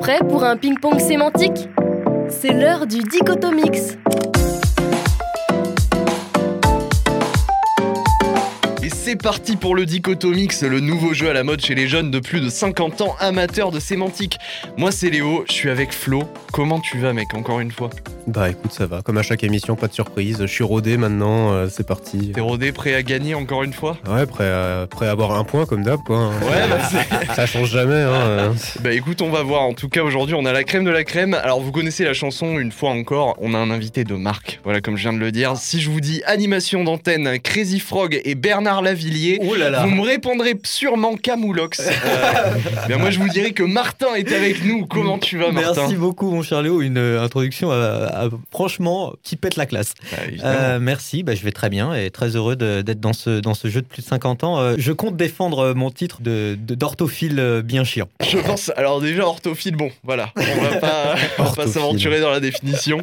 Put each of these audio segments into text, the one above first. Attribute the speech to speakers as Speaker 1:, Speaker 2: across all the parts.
Speaker 1: Prêt pour un ping-pong sémantique C'est l'heure du dichotomix.
Speaker 2: Et c'est parti pour le Dichotomix, le nouveau jeu à la mode chez les jeunes de plus de 50 ans, amateurs de sémantique. Moi c'est Léo, je suis avec Flo. Comment tu vas mec, encore une fois
Speaker 3: Bah écoute, ça va. Comme à chaque émission, pas de surprise. Je suis rodé maintenant, euh, c'est parti.
Speaker 2: T'es rodé, prêt à gagner encore une fois
Speaker 3: Ouais, prêt à, prêt à avoir un point comme d'hab, quoi. hein.
Speaker 2: Ouais, bah, c'est-
Speaker 3: ça change jamais. Hein. euh.
Speaker 2: bah écoute, on va voir. En tout cas, aujourd'hui, on a la crème de la crème. Alors, vous connaissez la chanson, une fois encore, on a un invité de marque. Voilà, comme je viens de le dire. Si je vous dis animation d'antenne, Crazy Frog et Bernard Lavillier,
Speaker 4: Oh là là
Speaker 2: Vous me répondrez sûrement Camoulox. Euh, bien moi je vous dirais que Martin est avec nous. Comment tu vas Martin
Speaker 4: Merci beaucoup mon cher Léo, une euh, introduction euh, à- franchement qui pète la classe.
Speaker 2: Bah, évidemment.
Speaker 4: Euh, merci, bah, je vais très bien et très heureux de- d'être dans ce, dans ce jeu de plus de 50 ans. Euh, je compte défendre euh, mon titre de- de- d'orthophile euh, bien chiant.
Speaker 2: Je pense, alors déjà orthophile, bon, voilà, on va pas, on va pas
Speaker 3: Orthophile.
Speaker 2: s'aventurer dans la définition.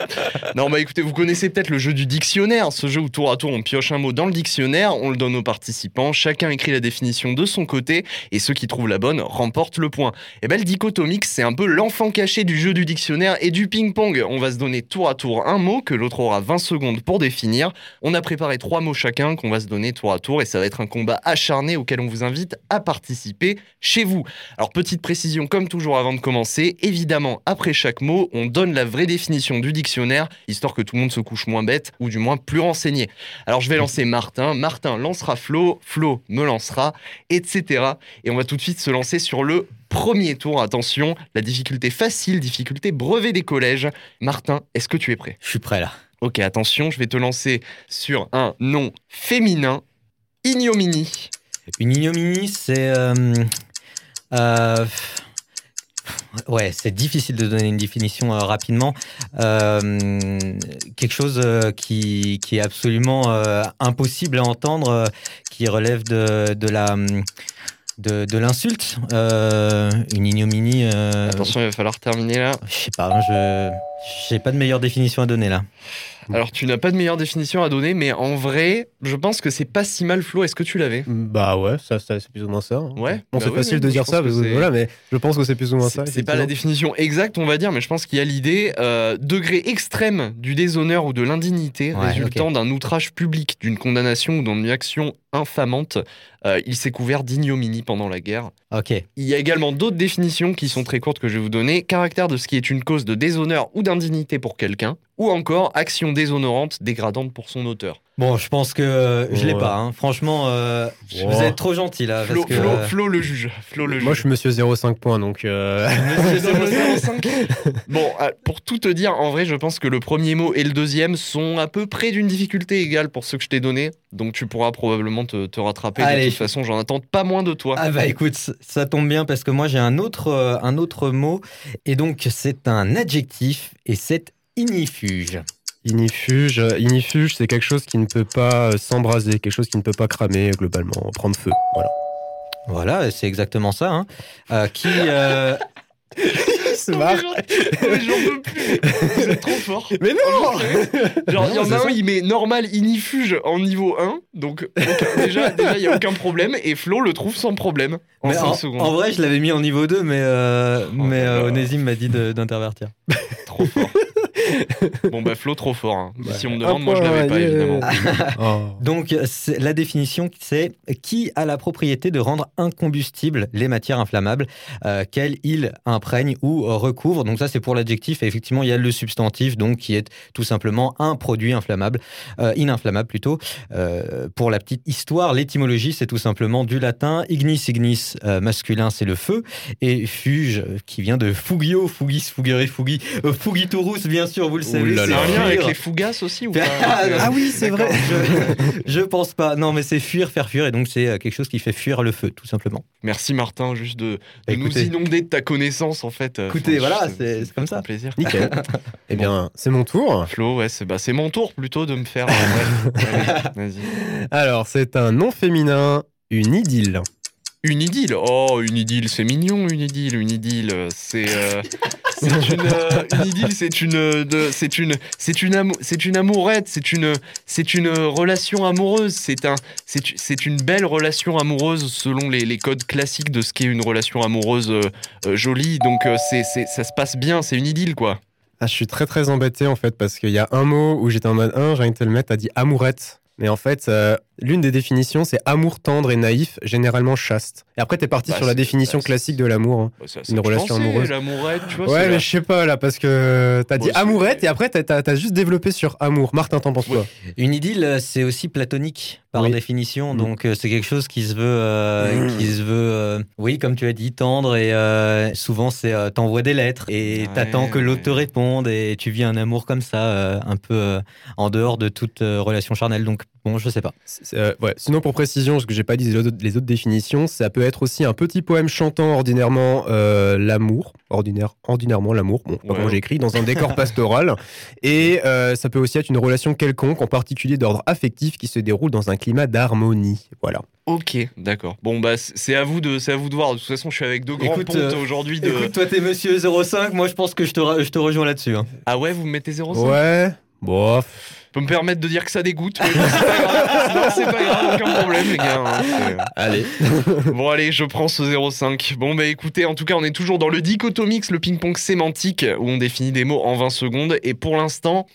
Speaker 2: Non, bah écoutez, vous connaissez peut-être le jeu du dictionnaire, ce jeu où tour à tour on pioche un mot dans le dictionnaire, on le donne aux participants, chacun écrit la définition de son côté, et ceux qui trouvent la bonne remportent le point. Et ben le dichotomix, c'est un peu l'enfant caché du jeu du dictionnaire et du ping-pong. On va se donner tour à tour un mot que l'autre aura 20 secondes pour définir. On a préparé trois mots chacun qu'on va se donner tour à tour, et ça va être un combat acharné auquel on vous invite à participer chez vous. Alors, petite précision, comme toujours avant de commencer, évidemment, après chaque mot, on donne la vraie définition du dictionnaire, histoire que tout le monde se couche moins bête, ou du moins plus renseigné. Alors, je vais lancer Martin, Martin lancera Flo, Flo me lancera, etc. Et on va tout de suite se lancer sur le premier tour. Attention, la difficulté facile, difficulté brevet des collèges. Martin, est-ce que tu es prêt
Speaker 4: Je suis prêt là.
Speaker 2: Ok, attention, je vais te lancer sur un nom féminin, ignominie.
Speaker 4: Une ignominie, c'est... euh, euh, ouais, c'est difficile de donner une définition euh, rapidement. Euh, quelque chose euh, qui, qui est absolument euh, impossible à entendre, euh, qui relève de, de la... hum, De, de l'insulte, Euh, une ignominie. euh,
Speaker 2: Attention, il va falloir terminer là.
Speaker 4: je sais pas, hein, je j'ai pas de meilleure définition à donner là. Mm.
Speaker 2: Alors, tu n'as pas de meilleure définition à donner, mais en vrai, je pense que c'est pas si mal, Flo. Est-ce que tu l'avais
Speaker 3: Bah ouais, ça, ça, c'est plus ou moins ça. hein.
Speaker 2: Ouais, bah
Speaker 3: Bon, c'est
Speaker 2: ouais,
Speaker 3: facile
Speaker 2: ouais,
Speaker 3: de
Speaker 2: je
Speaker 3: dire
Speaker 2: pense
Speaker 3: ça,
Speaker 2: que
Speaker 3: parce
Speaker 2: c'est-
Speaker 3: que voilà, mais je pense que c'est plus ou moins ça.
Speaker 2: C'est c'est pas la
Speaker 3: effectivement.
Speaker 2: définition exacte, on va dire, mais je pense qu'il y a l'idée euh, degré extrême du déshonneur ou de l'indignité
Speaker 4: Ouais,
Speaker 2: résultant d'un outrage public, d'une condamnation ou d'une action infamante. Euh, il s'est couvert d'ignominie pendant la guerre.
Speaker 4: Ok,
Speaker 2: Il y a également d'autres définitions qui sont très courtes que je vais vous donner. Caractère de ce qui est une cause de déshonneur ou d'indignité pour quelqu'un, ou encore action déshonorante, dégradante pour son auteur.
Speaker 4: bon, je pense que euh, je l'ai
Speaker 3: Ouais.
Speaker 4: pas. hein. Franchement, euh,
Speaker 3: Ouais.
Speaker 4: vous êtes trop gentil là.
Speaker 2: Flo,
Speaker 4: parce que,
Speaker 2: Flo-
Speaker 4: euh,
Speaker 2: Flo le juge. Flo le juge.
Speaker 3: Moi, je suis monsieur 05 points, donc. euh,
Speaker 2: Monsieur 005. Bon, euh, pour tout te dire, en vrai, je pense que le premier mot et le deuxième sont à peu près d'une difficulté égale pour ceux que je t'ai donnés. Donc tu pourras probablement te, te rattraper. De
Speaker 4: Allez.
Speaker 2: toute façon, j'en attends pas moins de toi.
Speaker 4: Ah bah écoute, ça- ça tombe bien parce que moi j'ai un autre, euh, un autre mot et donc c'est un adjectif et c'est ignifuge.
Speaker 3: Inifuge, euh, inifuge, c'est quelque chose qui ne peut pas euh, s'embraser, quelque chose qui ne peut pas cramer, globalement, prendre feu. Voilà.
Speaker 4: Voilà, c'est exactement ça. hein. Euh, qui euh,
Speaker 3: C'est
Speaker 2: Non, mais j'en- mais J'en peux plus. Vous êtes trop fort.
Speaker 3: Mais non
Speaker 2: Genre, il y
Speaker 3: Non,
Speaker 2: en
Speaker 3: c'est
Speaker 2: a un,
Speaker 3: ça.
Speaker 2: il met normal inifuge en niveau 1. Donc aucun- déjà, déjà, il n'y a aucun problème. Et Flo le trouve sans problème en
Speaker 4: mais
Speaker 2: 5
Speaker 4: en,
Speaker 2: secondes.
Speaker 4: en vrai je l'avais mis en niveau 2 mais, euh, mais
Speaker 2: là
Speaker 4: euh,
Speaker 2: là.
Speaker 4: Onésime m'a dit de- d'intervertir.
Speaker 2: Trop fort. Bon, bah Flo, trop fort. hein.
Speaker 3: Ouais.
Speaker 2: Si on me
Speaker 3: Un
Speaker 2: demande, moi je
Speaker 3: point,
Speaker 2: l'avais pas,
Speaker 3: yeah.
Speaker 2: évidemment.
Speaker 3: Oh.
Speaker 4: Donc euh, c'est- la définition, c'est qui a la propriété de rendre incombustibles les matières inflammables euh, qu'elles il imprègne ou euh, recouvre. Donc ça c'est pour l'adjectif et effectivement il y a le substantif donc qui est tout simplement un produit inflammable, euh, ininflammable plutôt. Euh, pour la petite histoire, l'étymologie c'est tout simplement du latin ignis ignis euh, masculin c'est le feu et fuge euh, qui vient de fugio fugis fugere fugi euh, fugitorus bien sûr vous le
Speaker 3: Ouh
Speaker 4: savez.
Speaker 3: là
Speaker 4: Ah, c'est
Speaker 2: C'est un lien
Speaker 4: fuir.
Speaker 2: avec les fougasses aussi ou pas
Speaker 4: Ah
Speaker 3: oui, c'est
Speaker 2: D'accord.
Speaker 4: Je, je pense pas. Non, mais c'est fuir, faire fuir. Et donc, c'est euh, quelque chose qui fait fuir le feu, tout simplement. Bah,
Speaker 2: Merci Martin, juste de, de nous
Speaker 4: Écoutez,
Speaker 2: inonder de ta connaissance en fait. Euh,
Speaker 4: écoutez
Speaker 2: enfin,
Speaker 4: voilà,
Speaker 2: je-
Speaker 4: c'est c'est comme
Speaker 2: un
Speaker 4: ça.
Speaker 2: plaisir.
Speaker 3: Nickel. eh bien, c'est mon tour.
Speaker 2: Flo, ouais, c'est bah, c'est mon tour plutôt de me faire. euh, ouais. Allez, vas-y.
Speaker 3: Alors, c'est un nom féminin, une idylle.
Speaker 2: Une idylle. Oh, une idylle, c'est mignon, une idylle. Une idylle, euh, c'est. euh, c'est une, euh, une idylle, c'est une, euh, de- c'est une, c'est une, amou- c'est une amourette, c'est une, c'est une euh, relation amoureuse. C'est un, c'est, c'est une belle relation amoureuse selon les, les codes classiques de ce qu'est une relation amoureuse euh, euh, jolie. Donc euh, c'est, c'est, ça se passe bien, c'est une idylle quoi.
Speaker 3: Ah, je suis très très embêté en fait parce qu'il y a un mot où j'étais en mode hein, 1, Ryan Telmet a dit amourette. Mais en fait, euh, l'une des définitions, c'est amour tendre et naïf, généralement chaste. Et après, t'es parti
Speaker 2: Bah,
Speaker 3: sur la
Speaker 2: c'est-
Speaker 3: définition
Speaker 2: bah, c'est-
Speaker 3: classique de l'amour. hein.
Speaker 2: Bah, c'est à ça
Speaker 3: Une
Speaker 2: que je
Speaker 3: relation
Speaker 2: pensais,
Speaker 3: amoureuse.
Speaker 2: L'amourette, tu vois.
Speaker 3: Ouais,
Speaker 2: c'est
Speaker 3: mais
Speaker 2: la-
Speaker 3: je sais pas là, parce que t'as
Speaker 2: Bon,
Speaker 3: dit
Speaker 2: c'est-
Speaker 3: amourette et après t'as- t'as t'as juste développé sur amour. Martin, t'en penses
Speaker 2: Ouais.
Speaker 3: quoi
Speaker 4: Une idylle, euh, c'est aussi platonique par
Speaker 3: Oui.
Speaker 4: définition,
Speaker 2: Mmh.
Speaker 3: Mm.
Speaker 4: donc euh, c'est quelque chose qui se veut, euh,
Speaker 3: Mm.
Speaker 4: qui se veut, euh, oui, comme tu as dit, tendre et euh, souvent c'est euh, t'envoies des lettres et
Speaker 2: Ouais,
Speaker 4: t'attends que l'autre te
Speaker 2: ouais.
Speaker 4: réponde et tu vis un amour comme ça, euh, un peu euh, en dehors de toute euh, relation charnelle. Donc bon, je sais pas.
Speaker 3: C'est- c'est, euh, ouais. Sinon, pour précision, ce que j'ai pas dit les autres, les autres définitions, ça peut être aussi un petit poème chantant ordinairement euh, l'amour, ordinaire, ordinairement l'amour, bon, je sais pas
Speaker 2: Ouais.
Speaker 3: comment j'écris, dans un décor pastoral. Et euh, ça peut aussi être une relation quelconque, en particulier d'ordre affectif, qui se déroule dans un climat d'harmonie. Voilà.
Speaker 2: Ok, d'accord. Bon bah c'est- c'est à vous de, c'est à vous de voir. De toute façon, je suis avec deux grands
Speaker 4: Écoute,
Speaker 2: pontes
Speaker 4: euh,
Speaker 2: aujourd'hui. De...
Speaker 4: toi t'es Monsieur 05, moi je pense que je te, je te rejoins là-dessus. hein.
Speaker 2: Ah ouais, vous me mettez 0,5
Speaker 3: Ouais. Bof.
Speaker 2: peut me permettre de dire que ça dégoûte, mais bon, c'est pas grave. Non, c'est pas grave, aucun problème, les gars. hein, c'est-
Speaker 4: Allez.
Speaker 2: Bon, allez, je prends ce 0,5. Bon, bah écoutez, en tout cas, on est toujours dans le dichotomix, le ping-pong sémantique, où on définit des mots en 20 secondes. Et pour l'instant,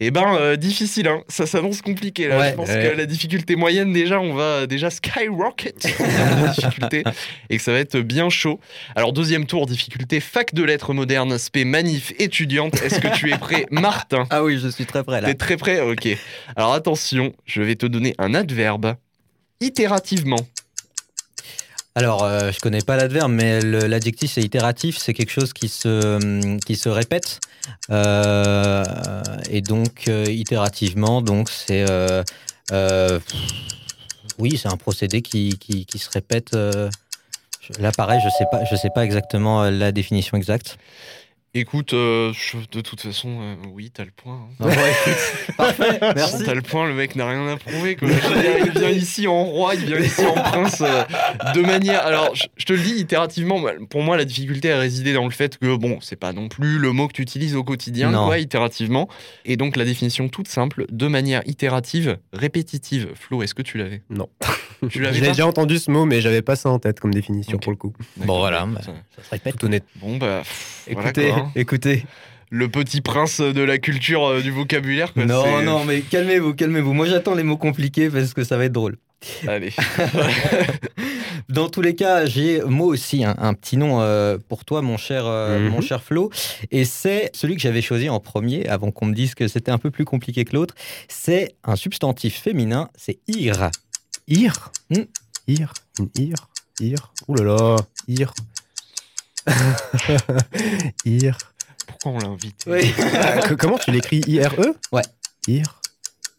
Speaker 2: eh ben, euh, difficile, hein. Ça s'annonce compliqué, là.
Speaker 4: Ouais,
Speaker 2: je pense
Speaker 3: ouais.
Speaker 2: que la difficulté moyenne, déjà, on va euh, déjà skyrocket en termes de difficulté, et que ça va être bien chaud. Alors, deuxième tour, difficulté fac de lettres modernes, spé manif étudiante. Est-ce que tu es prêt, Martin
Speaker 4: Ah oui, je suis très prêt là.
Speaker 2: T'es très prêt Ok. Alors attention, je vais te donner un adverbe. Itérativement.
Speaker 4: Alors, euh, je connais pas l'adverbe, mais le- l'adjectif c'est itératif, c'est quelque chose qui se, hum, qui se répète. Euh, et donc, euh, itérativement, donc c'est. euh, euh, oui, c'est un procédé qui, qui, qui se répète. euh, je- là, pareil, je sais pas, je sais pas exactement euh, la définition exacte.
Speaker 2: Écoute, euh, je- de toute façon, euh, oui, t'as le point. hein.
Speaker 4: Parfait, merci.
Speaker 2: T'as le point, le mec n'a rien à prouver. quoi. Je veux dire, il vient ici en roi, il vient ici en prince. euh, de manière. Alors, je, je te le dis itérativement, bah, pour moi, la difficulté a résidé dans le fait que, bon, c'est pas non plus le mot que tu utilises au quotidien,
Speaker 4: Non.
Speaker 2: quoi, itérativement. Et donc, la définition toute simple, de manière itérative, répétitive. Flo, est-ce que tu l'avais
Speaker 3: Non.
Speaker 2: Tu
Speaker 3: J'ai
Speaker 2: l'avais pas
Speaker 3: déjà entendu ce mot, mais j'avais pas ça en tête comme définition
Speaker 2: Ok.
Speaker 3: pour le coup.
Speaker 2: D'accord,
Speaker 4: voilà,
Speaker 2: bah,
Speaker 4: bah,
Speaker 2: ça-
Speaker 4: Ça se répète.
Speaker 3: Tout honnête.
Speaker 2: Bon, bah. pff, voilà,
Speaker 4: Écoutez,
Speaker 2: quoi, hein.
Speaker 4: écoutez.
Speaker 2: le petit prince de la culture euh, du vocabulaire. Quoi,
Speaker 4: Non,
Speaker 2: c'est-
Speaker 4: non, mais calmez-vous, calmez-vous. Moi, j'attends les mots compliqués parce que ça va être drôle.
Speaker 2: euh, Allez.
Speaker 4: Dans tous les cas, j'ai moi aussi un, un petit nom euh, pour toi, mon cher, euh,
Speaker 3: Mhm.
Speaker 4: mon cher Flo. Et c'est celui que j'avais choisi en premier, avant qu'on me dise que c'était un peu plus compliqué que l'autre. C'est un substantif féminin, c'est ir.
Speaker 3: Ir
Speaker 4: Hmm.
Speaker 3: Ir Une ir Ir Ouh là là Ir Ir
Speaker 2: Pourquoi on l'a invité
Speaker 3: Ah, que- Comment tu l'écris E? IRE
Speaker 4: Ouais.
Speaker 3: Ir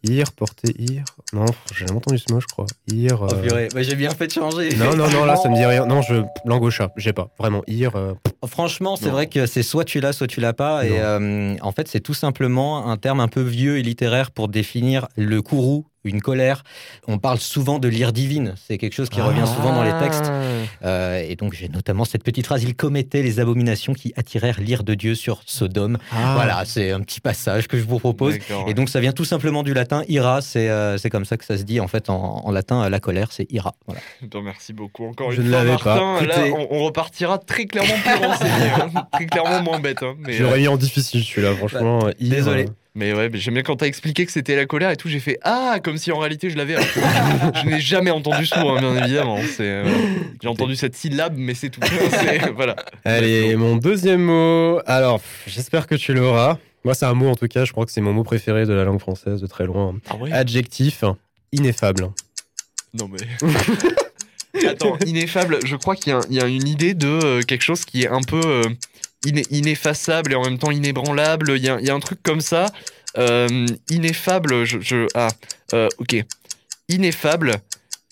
Speaker 3: Ir, porter ir. E. Non, j'ai jamais entendu ce mot, je crois. Ir.
Speaker 4: Oh
Speaker 3: euh,
Speaker 4: purée, bah, j'ai bien fait de changer.
Speaker 3: Non, non, non, là, ça me dit rien. Non, je. Langue au chat, j'ai pas. Vraiment, ir. euh,
Speaker 4: Franchement, c'est
Speaker 2: Non.
Speaker 4: vrai que c'est soit tu l'as, soit tu l'as pas.
Speaker 3: Non.
Speaker 4: Et euh, en fait, c'est tout simplement un terme un peu vieux et littéraire pour définir le courroux, une colère. On parle souvent de l'ire divine. C'est quelque chose qui revient souvent dans les textes.
Speaker 2: Ah.
Speaker 4: Euh, et donc j'ai notamment cette petite phrase, il commettait les abominations qui attirèrent l'ire de Dieu sur Sodome.
Speaker 3: Ah.
Speaker 4: Voilà, c'est un petit passage que je vous propose.
Speaker 2: D'accord,
Speaker 4: Et donc ça vient tout simplement du latin ira, c'est euh, c'est comme ça que ça se dit en fait en, en latin, euh, la colère c'est ira. Voilà.
Speaker 2: ouais. Bon, merci beaucoup encore
Speaker 3: Je
Speaker 2: une
Speaker 3: ne
Speaker 2: fois,
Speaker 3: l'avais pas.
Speaker 2: Martin. Là,
Speaker 3: Écoutez.
Speaker 2: on, on repartira très clairement plus renseigné, hein. très clairement moins bête. hein. Mais, euh,
Speaker 3: J'aurais mis en difficile celui-là, franchement. ir,
Speaker 4: Bah, désolé.
Speaker 3: euh,
Speaker 2: mais ouais, mais j'aime bien quand t'as expliqué que c'était la colère et tout. J'ai fait ah, comme si en réalité je l'avais. alors que je n'ai jamais entendu ce mot, hein, bien évidemment. C'est, euh, J'ai entendu cette syllabe, mais c'est tout. C'est- voilà.
Speaker 3: Allez, mon deuxième mot. Alors, pff, j'espère que tu l'auras. Moi, c'est un mot, en tout cas, je crois que c'est mon mot préféré de la langue française de très loin.
Speaker 2: Ah
Speaker 4: Eh.
Speaker 2: ouais
Speaker 3: Adjectif ineffable.
Speaker 2: Non mais. Attends, ineffable, je crois qu'il y a un- il y, a une idée de euh, quelque chose qui est un peu euh, iné- ineffaçable et en même temps inébranlable. Il y a, il y a un truc comme ça. Euh, ineffable, je. je- ah, euh, ok. Ineffable,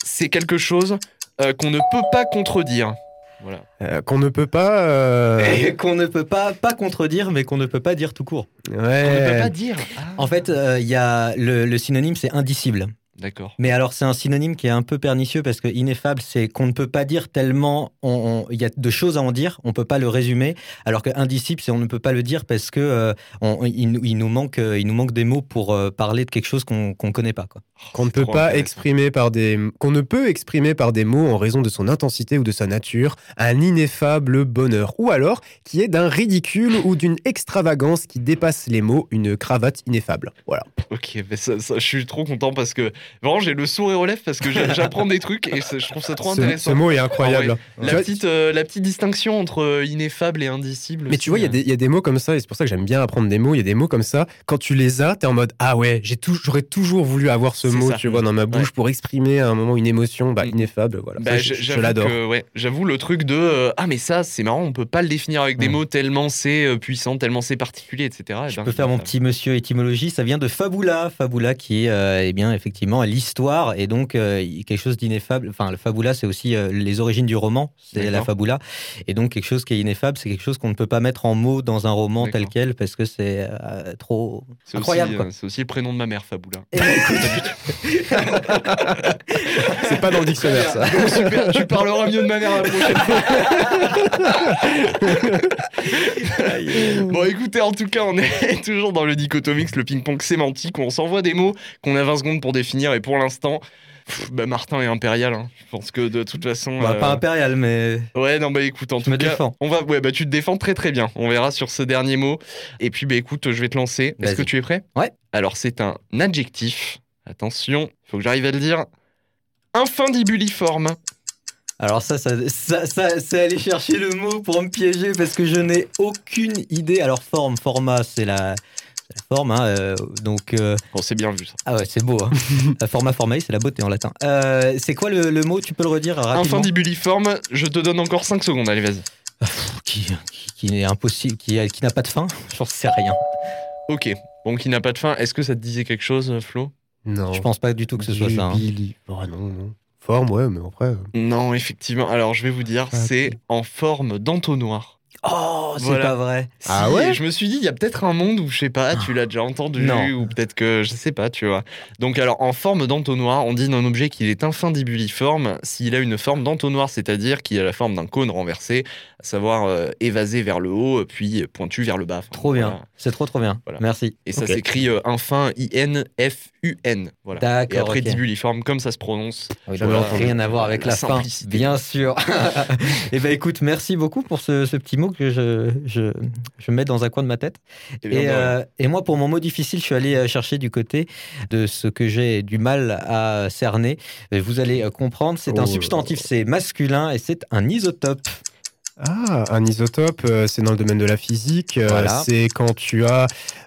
Speaker 2: c'est quelque chose euh, qu'on ne peut pas contredire. Voilà.
Speaker 3: Euh, Qu'on ne peut pas. euh,
Speaker 4: Et qu'on ne peut pas, pas contredire, mais qu'on ne peut pas dire tout court.
Speaker 2: On ne peut
Speaker 3: Ouais.
Speaker 2: pas dire. Ah.
Speaker 4: En fait, euh, il y a le, le synonyme c'est indicible.
Speaker 2: D'accord.
Speaker 4: Mais alors, c'est un synonyme qui est un peu pernicieux parce que ineffable, c'est qu'on ne peut pas dire tellement. on- on- Il y a de choses à en dire, on ne peut pas le résumer. Alors qu'indicible, c'est on ne peut pas le dire parce que euh, on- il, nous- il nous manque, euh, il nous manque des mots pour euh, parler de quelque chose qu'on qu'on connaît pas. Quoi.
Speaker 3: qu'on ne peut
Speaker 2: Trop
Speaker 3: pas
Speaker 2: intéressant.
Speaker 3: exprimer par des qu'on ne peut exprimer par des mots en raison de son intensité ou de sa nature un ineffable bonheur ou alors qui est d'un ridicule ou d'une extravagance qui dépasse les mots une cravate ineffable voilà
Speaker 2: Ok, mais ça, ça, je suis trop content parce que vraiment j'ai le sourire aux lèvres parce que j'a- j'apprends des trucs et c'est- je trouve ça trop
Speaker 3: ce,
Speaker 2: intéressant. Ah
Speaker 3: ce mot est incroyable
Speaker 2: la,
Speaker 3: Tu vois,
Speaker 2: petite, euh, la petite distinction entre euh, ineffable et indicible.
Speaker 3: mais tu vois, il y, a des- il y a des mots comme ça, et c'est pour ça que j'aime bien apprendre des mots. Il y a des mots comme ça, quand tu les as, t'es en mode Ah ouais, j'ai tou- j'aurais toujours voulu avoir ce
Speaker 2: C'est
Speaker 3: mot,
Speaker 2: ça.
Speaker 3: tu vois, dans ma bouche pour exprimer à un moment une émotion bah,
Speaker 2: Mm.
Speaker 3: ineffable. Voilà.
Speaker 2: Bah,
Speaker 3: Ça,
Speaker 2: j-
Speaker 3: je je
Speaker 2: j'avoue
Speaker 3: l'adore.
Speaker 2: que, ouais, j'avoue le truc de euh, ah mais ça c'est marrant, on peut pas le définir avec des
Speaker 4: Mm.
Speaker 2: mots tellement c'est euh, puissant, tellement c'est particulier, etc. Eh
Speaker 4: Je
Speaker 2: ben,
Speaker 4: peux faire mon
Speaker 2: ça-
Speaker 4: petit monsieur étymologie. Ça vient de fabula, fabula qui est euh, eh bien effectivement l'histoire et donc euh, quelque chose d'ineffable. Enfin, le fabula, c'est aussi euh, les origines du roman, c'est la
Speaker 2: D'accord.
Speaker 4: fabula, et donc quelque chose qui est ineffable, c'est quelque chose qu'on ne peut pas mettre en mots dans un roman tel
Speaker 2: D'accord.
Speaker 4: quel parce que c'est euh, trop.
Speaker 2: C'est
Speaker 4: Incroyable,
Speaker 2: aussi,
Speaker 4: quoi.
Speaker 2: euh, c'est aussi le prénom de ma mère, Fabula.
Speaker 3: C'est pas dans le dictionnaire, ça.
Speaker 2: Bon, super, tu parleras mieux de ma mère la prochaine fois. bon, écoutez, en tout cas, on est toujours dans le dichotomix, le ping-pong sémantique, où on s'envoie des mots qu'on a 20 secondes pour définir, et pour l'instant, pff, bah, Martin est impérial. hein. Je pense que de toute façon.
Speaker 4: Bah,
Speaker 2: euh,
Speaker 4: Pas impérial, mais
Speaker 2: Ouais, non, bah écoute, en
Speaker 4: Je
Speaker 2: tout
Speaker 4: me
Speaker 2: cas,
Speaker 4: défends.
Speaker 2: on va, ouais, bah tu te défends très très bien. On verra sur ce dernier mot. Et puis, bah écoute, je vais te lancer. Est-ce
Speaker 4: Vas-y.
Speaker 2: que tu es prêt
Speaker 4: Ouais.
Speaker 2: Alors, c'est un adjectif. Attention, faut que j'arrive à le dire. Infindibuliforme.
Speaker 4: Alors ça, ça, ça, ça- c'est aller chercher le mot pour me piéger parce que je n'ai aucune idée. Alors forme, format, c'est la, c'est la forme. hein, euh, donc euh,
Speaker 2: On s'est bien vu ça.
Speaker 4: ah ouais, c'est beau. Hein. Euh, forma formae, c'est la beauté en latin. Euh, c'est quoi le, le mot Tu peux le redire rapidement
Speaker 2: Infindibuliforme, je te donne encore 5 secondes, allez vas-y.
Speaker 4: qui, qui, qui est impossible, qui, a- qui n'a pas de fin. J'en sais rien.
Speaker 2: Ok, bon qui n'a pas de fin, est-ce que ça te disait quelque chose Flo
Speaker 3: Non.
Speaker 4: Je pense pas du tout que ce soit ça. hein.
Speaker 3: Billy. Ah non, non. Forme, ouais, mais après. euh,
Speaker 2: Non, effectivement, alors je vais vous dire,
Speaker 3: Ah,
Speaker 2: c'est en forme d'entonnoir.
Speaker 4: Oh, c'est
Speaker 2: Voilà.
Speaker 4: pas vrai.
Speaker 3: Ah ouais Ah.
Speaker 2: Je me suis dit, il y a peut-être un monde où je sais pas, tu l'as déjà entendu,
Speaker 4: Non.
Speaker 2: ou peut-être que je sais pas, tu vois. Donc alors, en forme d'entonnoir, on dit d'un objet qu'il est infindibuliforme s'il a une forme d'entonnoir, c'est-à-dire qu'il a la forme d'un cône renversé, à savoir euh, évasé vers le haut, puis pointu vers le bas. Enfin,
Speaker 4: Trop bien.
Speaker 2: voilà.
Speaker 4: C'est trop trop bien.
Speaker 2: Voilà.
Speaker 4: Merci.
Speaker 2: Et ça
Speaker 3: Ok.
Speaker 2: s'écrit euh, infin, I-N-F-U-N. Voilà. Et
Speaker 4: D'accord.
Speaker 2: après,
Speaker 4: ok.
Speaker 2: dibuliforme, comme ça se prononce.
Speaker 4: Oui,
Speaker 3: J'avais
Speaker 4: donc,
Speaker 3: entendu.
Speaker 4: rien à voir avec
Speaker 2: La
Speaker 4: la, fin,
Speaker 2: simplicité.
Speaker 4: bien sûr. Eh ben écoute, merci beaucoup pour ce, ce petit mot que je, je, je mets dans un coin de ma tête.
Speaker 2: Eh bien,
Speaker 4: Et,
Speaker 2: bah,
Speaker 4: euh, et moi, pour mon mot difficile, je suis allé euh, chercher du côté de ce que j'ai du mal à cerner. Et Vous allez euh, comprendre, c'est un
Speaker 3: Oh.
Speaker 4: substantif, c'est masculin et c'est un isotope.
Speaker 3: Ah, un isotope, euh, c'est dans le domaine de la physique. euh,
Speaker 4: Voilà.
Speaker 3: C'est quand tu as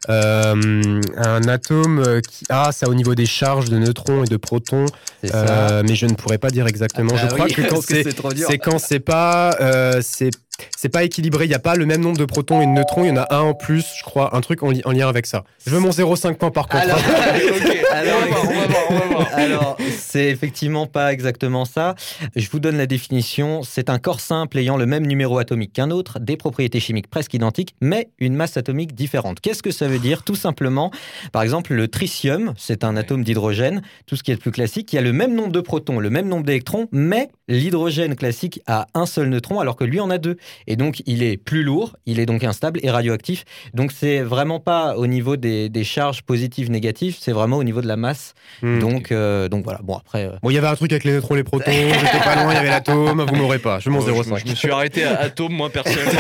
Speaker 3: euh, un atome euh, qui a ça au niveau des charges de neutrons et de protons,
Speaker 4: C'est ça.
Speaker 3: euh, mais je ne pourrais pas dire exactement.
Speaker 4: Ah
Speaker 3: je crois
Speaker 4: oui,
Speaker 3: que quand
Speaker 4: parce
Speaker 3: c'est
Speaker 4: trop dur.
Speaker 3: c'est quand c'est pas euh, c'est c'est pas équilibré, il n'y a pas le même nombre de protons et de neutrons, il y en a un en plus, je crois, un truc en, li- en lien avec ça. Je veux mon 0,5 point par contre.
Speaker 4: Alors-
Speaker 2: ok,
Speaker 4: Alors-
Speaker 2: on va voir, on va voir, on va voir.
Speaker 4: Alors, c'est effectivement pas exactement ça. Je vous donne la définition. C'est un corps simple ayant le même numéro atomique qu'un autre, des propriétés chimiques presque identiques, mais une masse atomique différente. Qu'est-ce que ça veut dire Tout simplement, par exemple, le tritium, c'est un atome d'hydrogène, tout ce qui est le plus classique, qui a le même nombre de protons, le même nombre d'électrons, mais l'hydrogène classique a un seul neutron alors que lui en a deux. Et donc, il est plus lourd, il est donc instable et radioactif. Donc, c'est vraiment pas au niveau des, des charges positives, négatives, c'est vraiment au niveau de la masse.
Speaker 3: Hmm.
Speaker 4: Donc, euh, donc voilà, bon après. euh,
Speaker 3: Bon, il y avait un truc avec les neutrons et les protons, j'étais pas loin, il y avait l'atome, vous m'aurez pas, je veux mon
Speaker 2: Euh, je, me-
Speaker 3: 0,5.
Speaker 2: je me suis arrêté à Atom, moi, personnellement.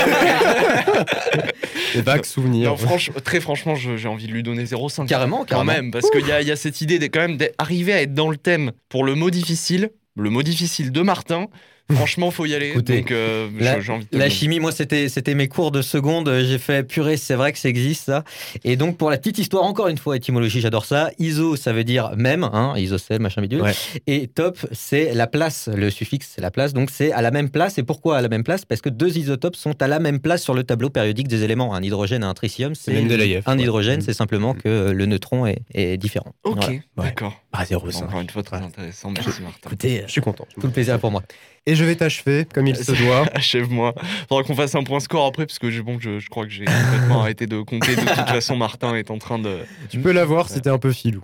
Speaker 3: Des vagues souvenirs.
Speaker 2: non, franche- très franchement, je- j'ai envie de lui donner 0,5.
Speaker 4: Carrément,
Speaker 2: Quand
Speaker 4: carrément.
Speaker 2: même, parce qu'il y, a- il y a cette idée de, quand même d'arriver à être dans le thème pour le mot difficile, le mot difficile de Martin. Franchement, faut y aller.
Speaker 4: Écoutez,
Speaker 2: donc, euh, je- j'ai envie de te
Speaker 4: La
Speaker 2: le-
Speaker 4: chimie, moi, c'était c'était mes cours de seconde. J'ai fait purée, c'est vrai que ça existe, ça. Et donc, pour la petite histoire, encore une fois, étymologie, j'adore ça. Iso, ça veut dire même, hein, isocèle, machin bidule.
Speaker 3: Ouais.
Speaker 4: Et top, c'est la place. Le suffixe, c'est la place. Donc, c'est à la même place. Et pourquoi à la même place Parce que deux isotopes sont à la même place sur le tableau périodique des éléments. Un hydrogène et un tritium, c'est
Speaker 3: Mendeleïev,
Speaker 4: un
Speaker 3: ouais.
Speaker 4: hydrogène,
Speaker 3: Mm.
Speaker 4: c'est simplement que euh, le neutron est, est différent.
Speaker 2: Ok,
Speaker 4: Voilà.
Speaker 2: d'accord.
Speaker 3: Ah,
Speaker 2: Bon,
Speaker 3: 0,5.
Speaker 2: encore une fois, très intéressant. Merci, Martin.
Speaker 4: Écoutez, euh,
Speaker 3: Je suis content.
Speaker 4: tout le plaisir pour moi.
Speaker 3: Et je vais t'achever, comme il se doit.
Speaker 2: Achève-moi. Faudra qu'on fasse un point score après, parce que j'ai- bon, je, je crois que j'ai complètement arrêté de compter. De toute façon, Martin est en train de.
Speaker 3: Tu peux l'avoir si t'es un peu filou.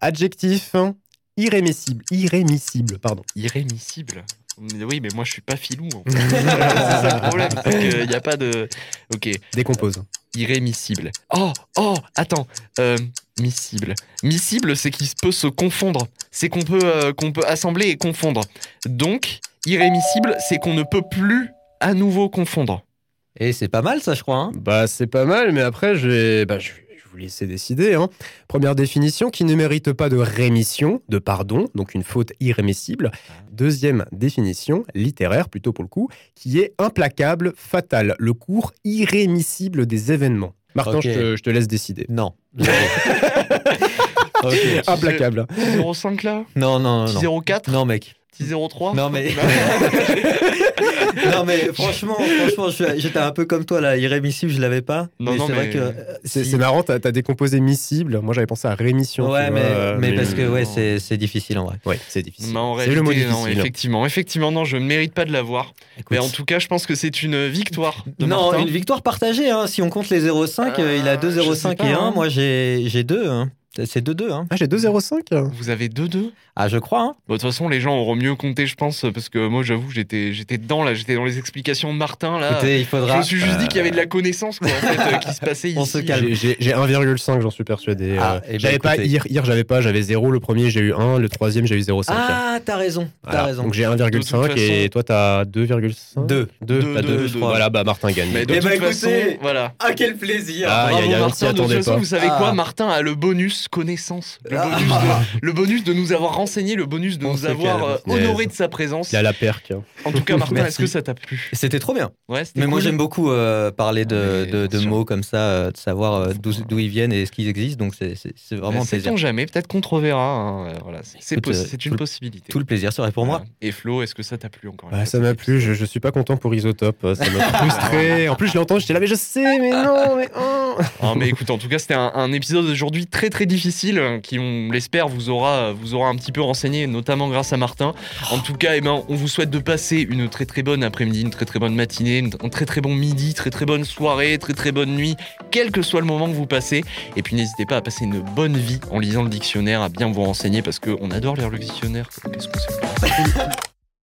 Speaker 3: Adjectif hein, irrémissible. Irrémissible, pardon.
Speaker 2: Irrémissible. Mais Oui, mais moi je suis pas filou. en fait. c'est ça le problème. Il n'y a pas de. Ok.
Speaker 3: Décompose.
Speaker 2: Irrémissible. Oh, oh, attends. Euh, miscible. Miscible, c'est qu'il peut se confondre. C'est qu'on peut, euh, qu'on peut assembler et confondre. Donc, irrémissible, c'est qu'on ne peut plus à nouveau confondre.
Speaker 4: Et c'est pas mal, ça, je crois. hein.
Speaker 3: Bah, c'est pas mal, mais après, je vais, bah, je vais je vais vous laisser décider. hein. Première définition, qui ne mérite pas de rémission, de pardon, donc une faute irrémissible. Deuxième définition, littéraire plutôt pour le coup, qui est implacable, fatale, le cours irrémissible des événements. Martin,
Speaker 4: Ok.
Speaker 3: je, te, je te laisse décider.
Speaker 4: Non. Ok.
Speaker 3: Implacable.
Speaker 2: 05 là
Speaker 4: Non, Oh, non, non, non.
Speaker 2: 04
Speaker 4: Non, mec.
Speaker 2: 03
Speaker 4: Non, mais- Non, mais franchement, franchement je- j'étais un peu comme toi, là. Irrémissible, je l'avais pas.
Speaker 2: Non,
Speaker 4: mais
Speaker 2: non,
Speaker 4: c'est vrai
Speaker 2: mais-
Speaker 4: que. euh,
Speaker 3: C'est
Speaker 4: si-
Speaker 3: c'est marrant, t'as as décomposé miscible. Moi, j'avais pensé à rémission.
Speaker 4: Ouais,
Speaker 3: tu
Speaker 4: mais,
Speaker 3: vois, euh,
Speaker 4: mais parce que ouais,
Speaker 2: non.
Speaker 4: c'est c'est difficile en vrai.
Speaker 3: Ouais, c'est difficile.
Speaker 2: Bah, en
Speaker 3: C'est le mot
Speaker 2: réalité, non,
Speaker 3: difficile.
Speaker 2: effectivement, effectivement, non, je ne mérite pas de l'avoir. Mais en tout cas, je pense que c'est une victoire. De
Speaker 4: non,
Speaker 2: Martin.
Speaker 4: une victoire partagée. hein. Si on compte les 0,5, euh, il a
Speaker 2: Euh, je
Speaker 4: 2,05
Speaker 2: sais pas,
Speaker 4: et 1.
Speaker 2: hein.
Speaker 4: Moi, j'ai j'ai 2. hein. C'est 2-2. hein.
Speaker 3: Ah, j'ai 2,05
Speaker 2: Vous avez 2-2
Speaker 4: Ah, je crois. hein.
Speaker 2: Bon, de toute façon, les gens auront mieux compté, je pense, parce que moi, j'avoue, j'étais, j'étais dedans, là, j'étais dans les explications de Martin, là.
Speaker 4: Écoutez, il
Speaker 2: je
Speaker 4: faudra.
Speaker 2: me suis juste dit qu'il y avait de la connaissance, quoi, en fait, euh, qui se passait
Speaker 4: On
Speaker 2: ici.
Speaker 4: se calme.
Speaker 3: J'ai- J'ai j'ai 1,5, j'en suis persuadé.
Speaker 4: Ah,
Speaker 3: Euh,
Speaker 4: eh ben,
Speaker 3: j'avais pas
Speaker 4: écoutez.
Speaker 3: hier, hier j'avais pas, j'avais 0, le premier j'ai eu 1, le troisième j'ai eu 0,5.
Speaker 4: Ah, t'as raison. T'as
Speaker 3: Voilà.
Speaker 4: raison.
Speaker 3: Donc j'ai 1,5 et
Speaker 2: façon-
Speaker 3: toi t'as 2,5
Speaker 4: Deux.
Speaker 2: Deux,
Speaker 3: 2,
Speaker 2: deux, deux,
Speaker 3: Voilà, bah Martin gagne.
Speaker 2: Mais de
Speaker 4: Eh
Speaker 2: toute
Speaker 4: ben,
Speaker 2: façon,
Speaker 4: écoutez,
Speaker 2: voilà.
Speaker 4: Ah, quel plaisir.
Speaker 3: Ah,
Speaker 2: Bravo,
Speaker 3: y a- y a- on s'y
Speaker 2: Martin. De toute
Speaker 3: attendait
Speaker 2: façon,
Speaker 3: pas.
Speaker 2: vous savez
Speaker 4: Ah.
Speaker 2: quoi Martin a le bonus connaissance. Le
Speaker 4: Ah.
Speaker 2: bonus, de, le bonus de nous avoir renseigné, le bonus de
Speaker 3: On
Speaker 2: nous
Speaker 3: se calme,
Speaker 2: avoir euh,
Speaker 3: punaise.
Speaker 2: honoré de sa présence.
Speaker 3: Il a la perque. hein.
Speaker 2: En tout cas, Martin, est-ce
Speaker 4: Merci.
Speaker 2: que ça t'a plu
Speaker 4: C'était trop bien.
Speaker 2: Ouais, c'était
Speaker 4: Mais moi
Speaker 2: cool.
Speaker 4: j'aime beaucoup euh, parler
Speaker 2: Mais
Speaker 4: de, de- de
Speaker 2: bien sûr.
Speaker 4: mots comme ça, euh, de savoir euh, d'où d'où ils viennent et ce qu'ils existent. Donc c'est- c'est c'est vraiment un
Speaker 2: Bah, C'est
Speaker 4: plaisir.
Speaker 2: on jamais, peut-être qu'on te reverra. hein, euh, Voilà, c'est- c'est
Speaker 4: Écoute,
Speaker 2: possi-
Speaker 4: euh,
Speaker 2: c'est
Speaker 4: tout
Speaker 2: une
Speaker 4: le-
Speaker 2: possibilité.
Speaker 4: Tout le plaisir serait pour moi. Euh,
Speaker 2: Voilà. Et Flo, est-ce que ça t'a plu encore une
Speaker 3: Bah,
Speaker 2: fois,
Speaker 3: ça m'a
Speaker 2: cet
Speaker 3: plu, je, je suis pas content pour Isotope. Ça m'a frustré. En plus, je l'ai entendu, j'étais là, mais je sais, mais non, mais. oh.
Speaker 2: Ah, mais écoute, en tout cas, c'était un, un épisode aujourd'hui très très difficile euh, qui, on l'espère, vous aura, vous aura un petit peu renseigné, notamment grâce à Martin. En tout cas, eh ben, on vous souhaite de passer une très très bonne après-midi, une très très bonne matinée, une- un très très bon midi, très très bonne soirée, très très bonne nuit, quel que soit le moment que vous passez. Et puis n'hésitez pas à passer une bonne vie en lisant le dictionnaire, à bien vous renseigner parce qu'on adore lire le dictionnaire. Qu'est-ce que c'est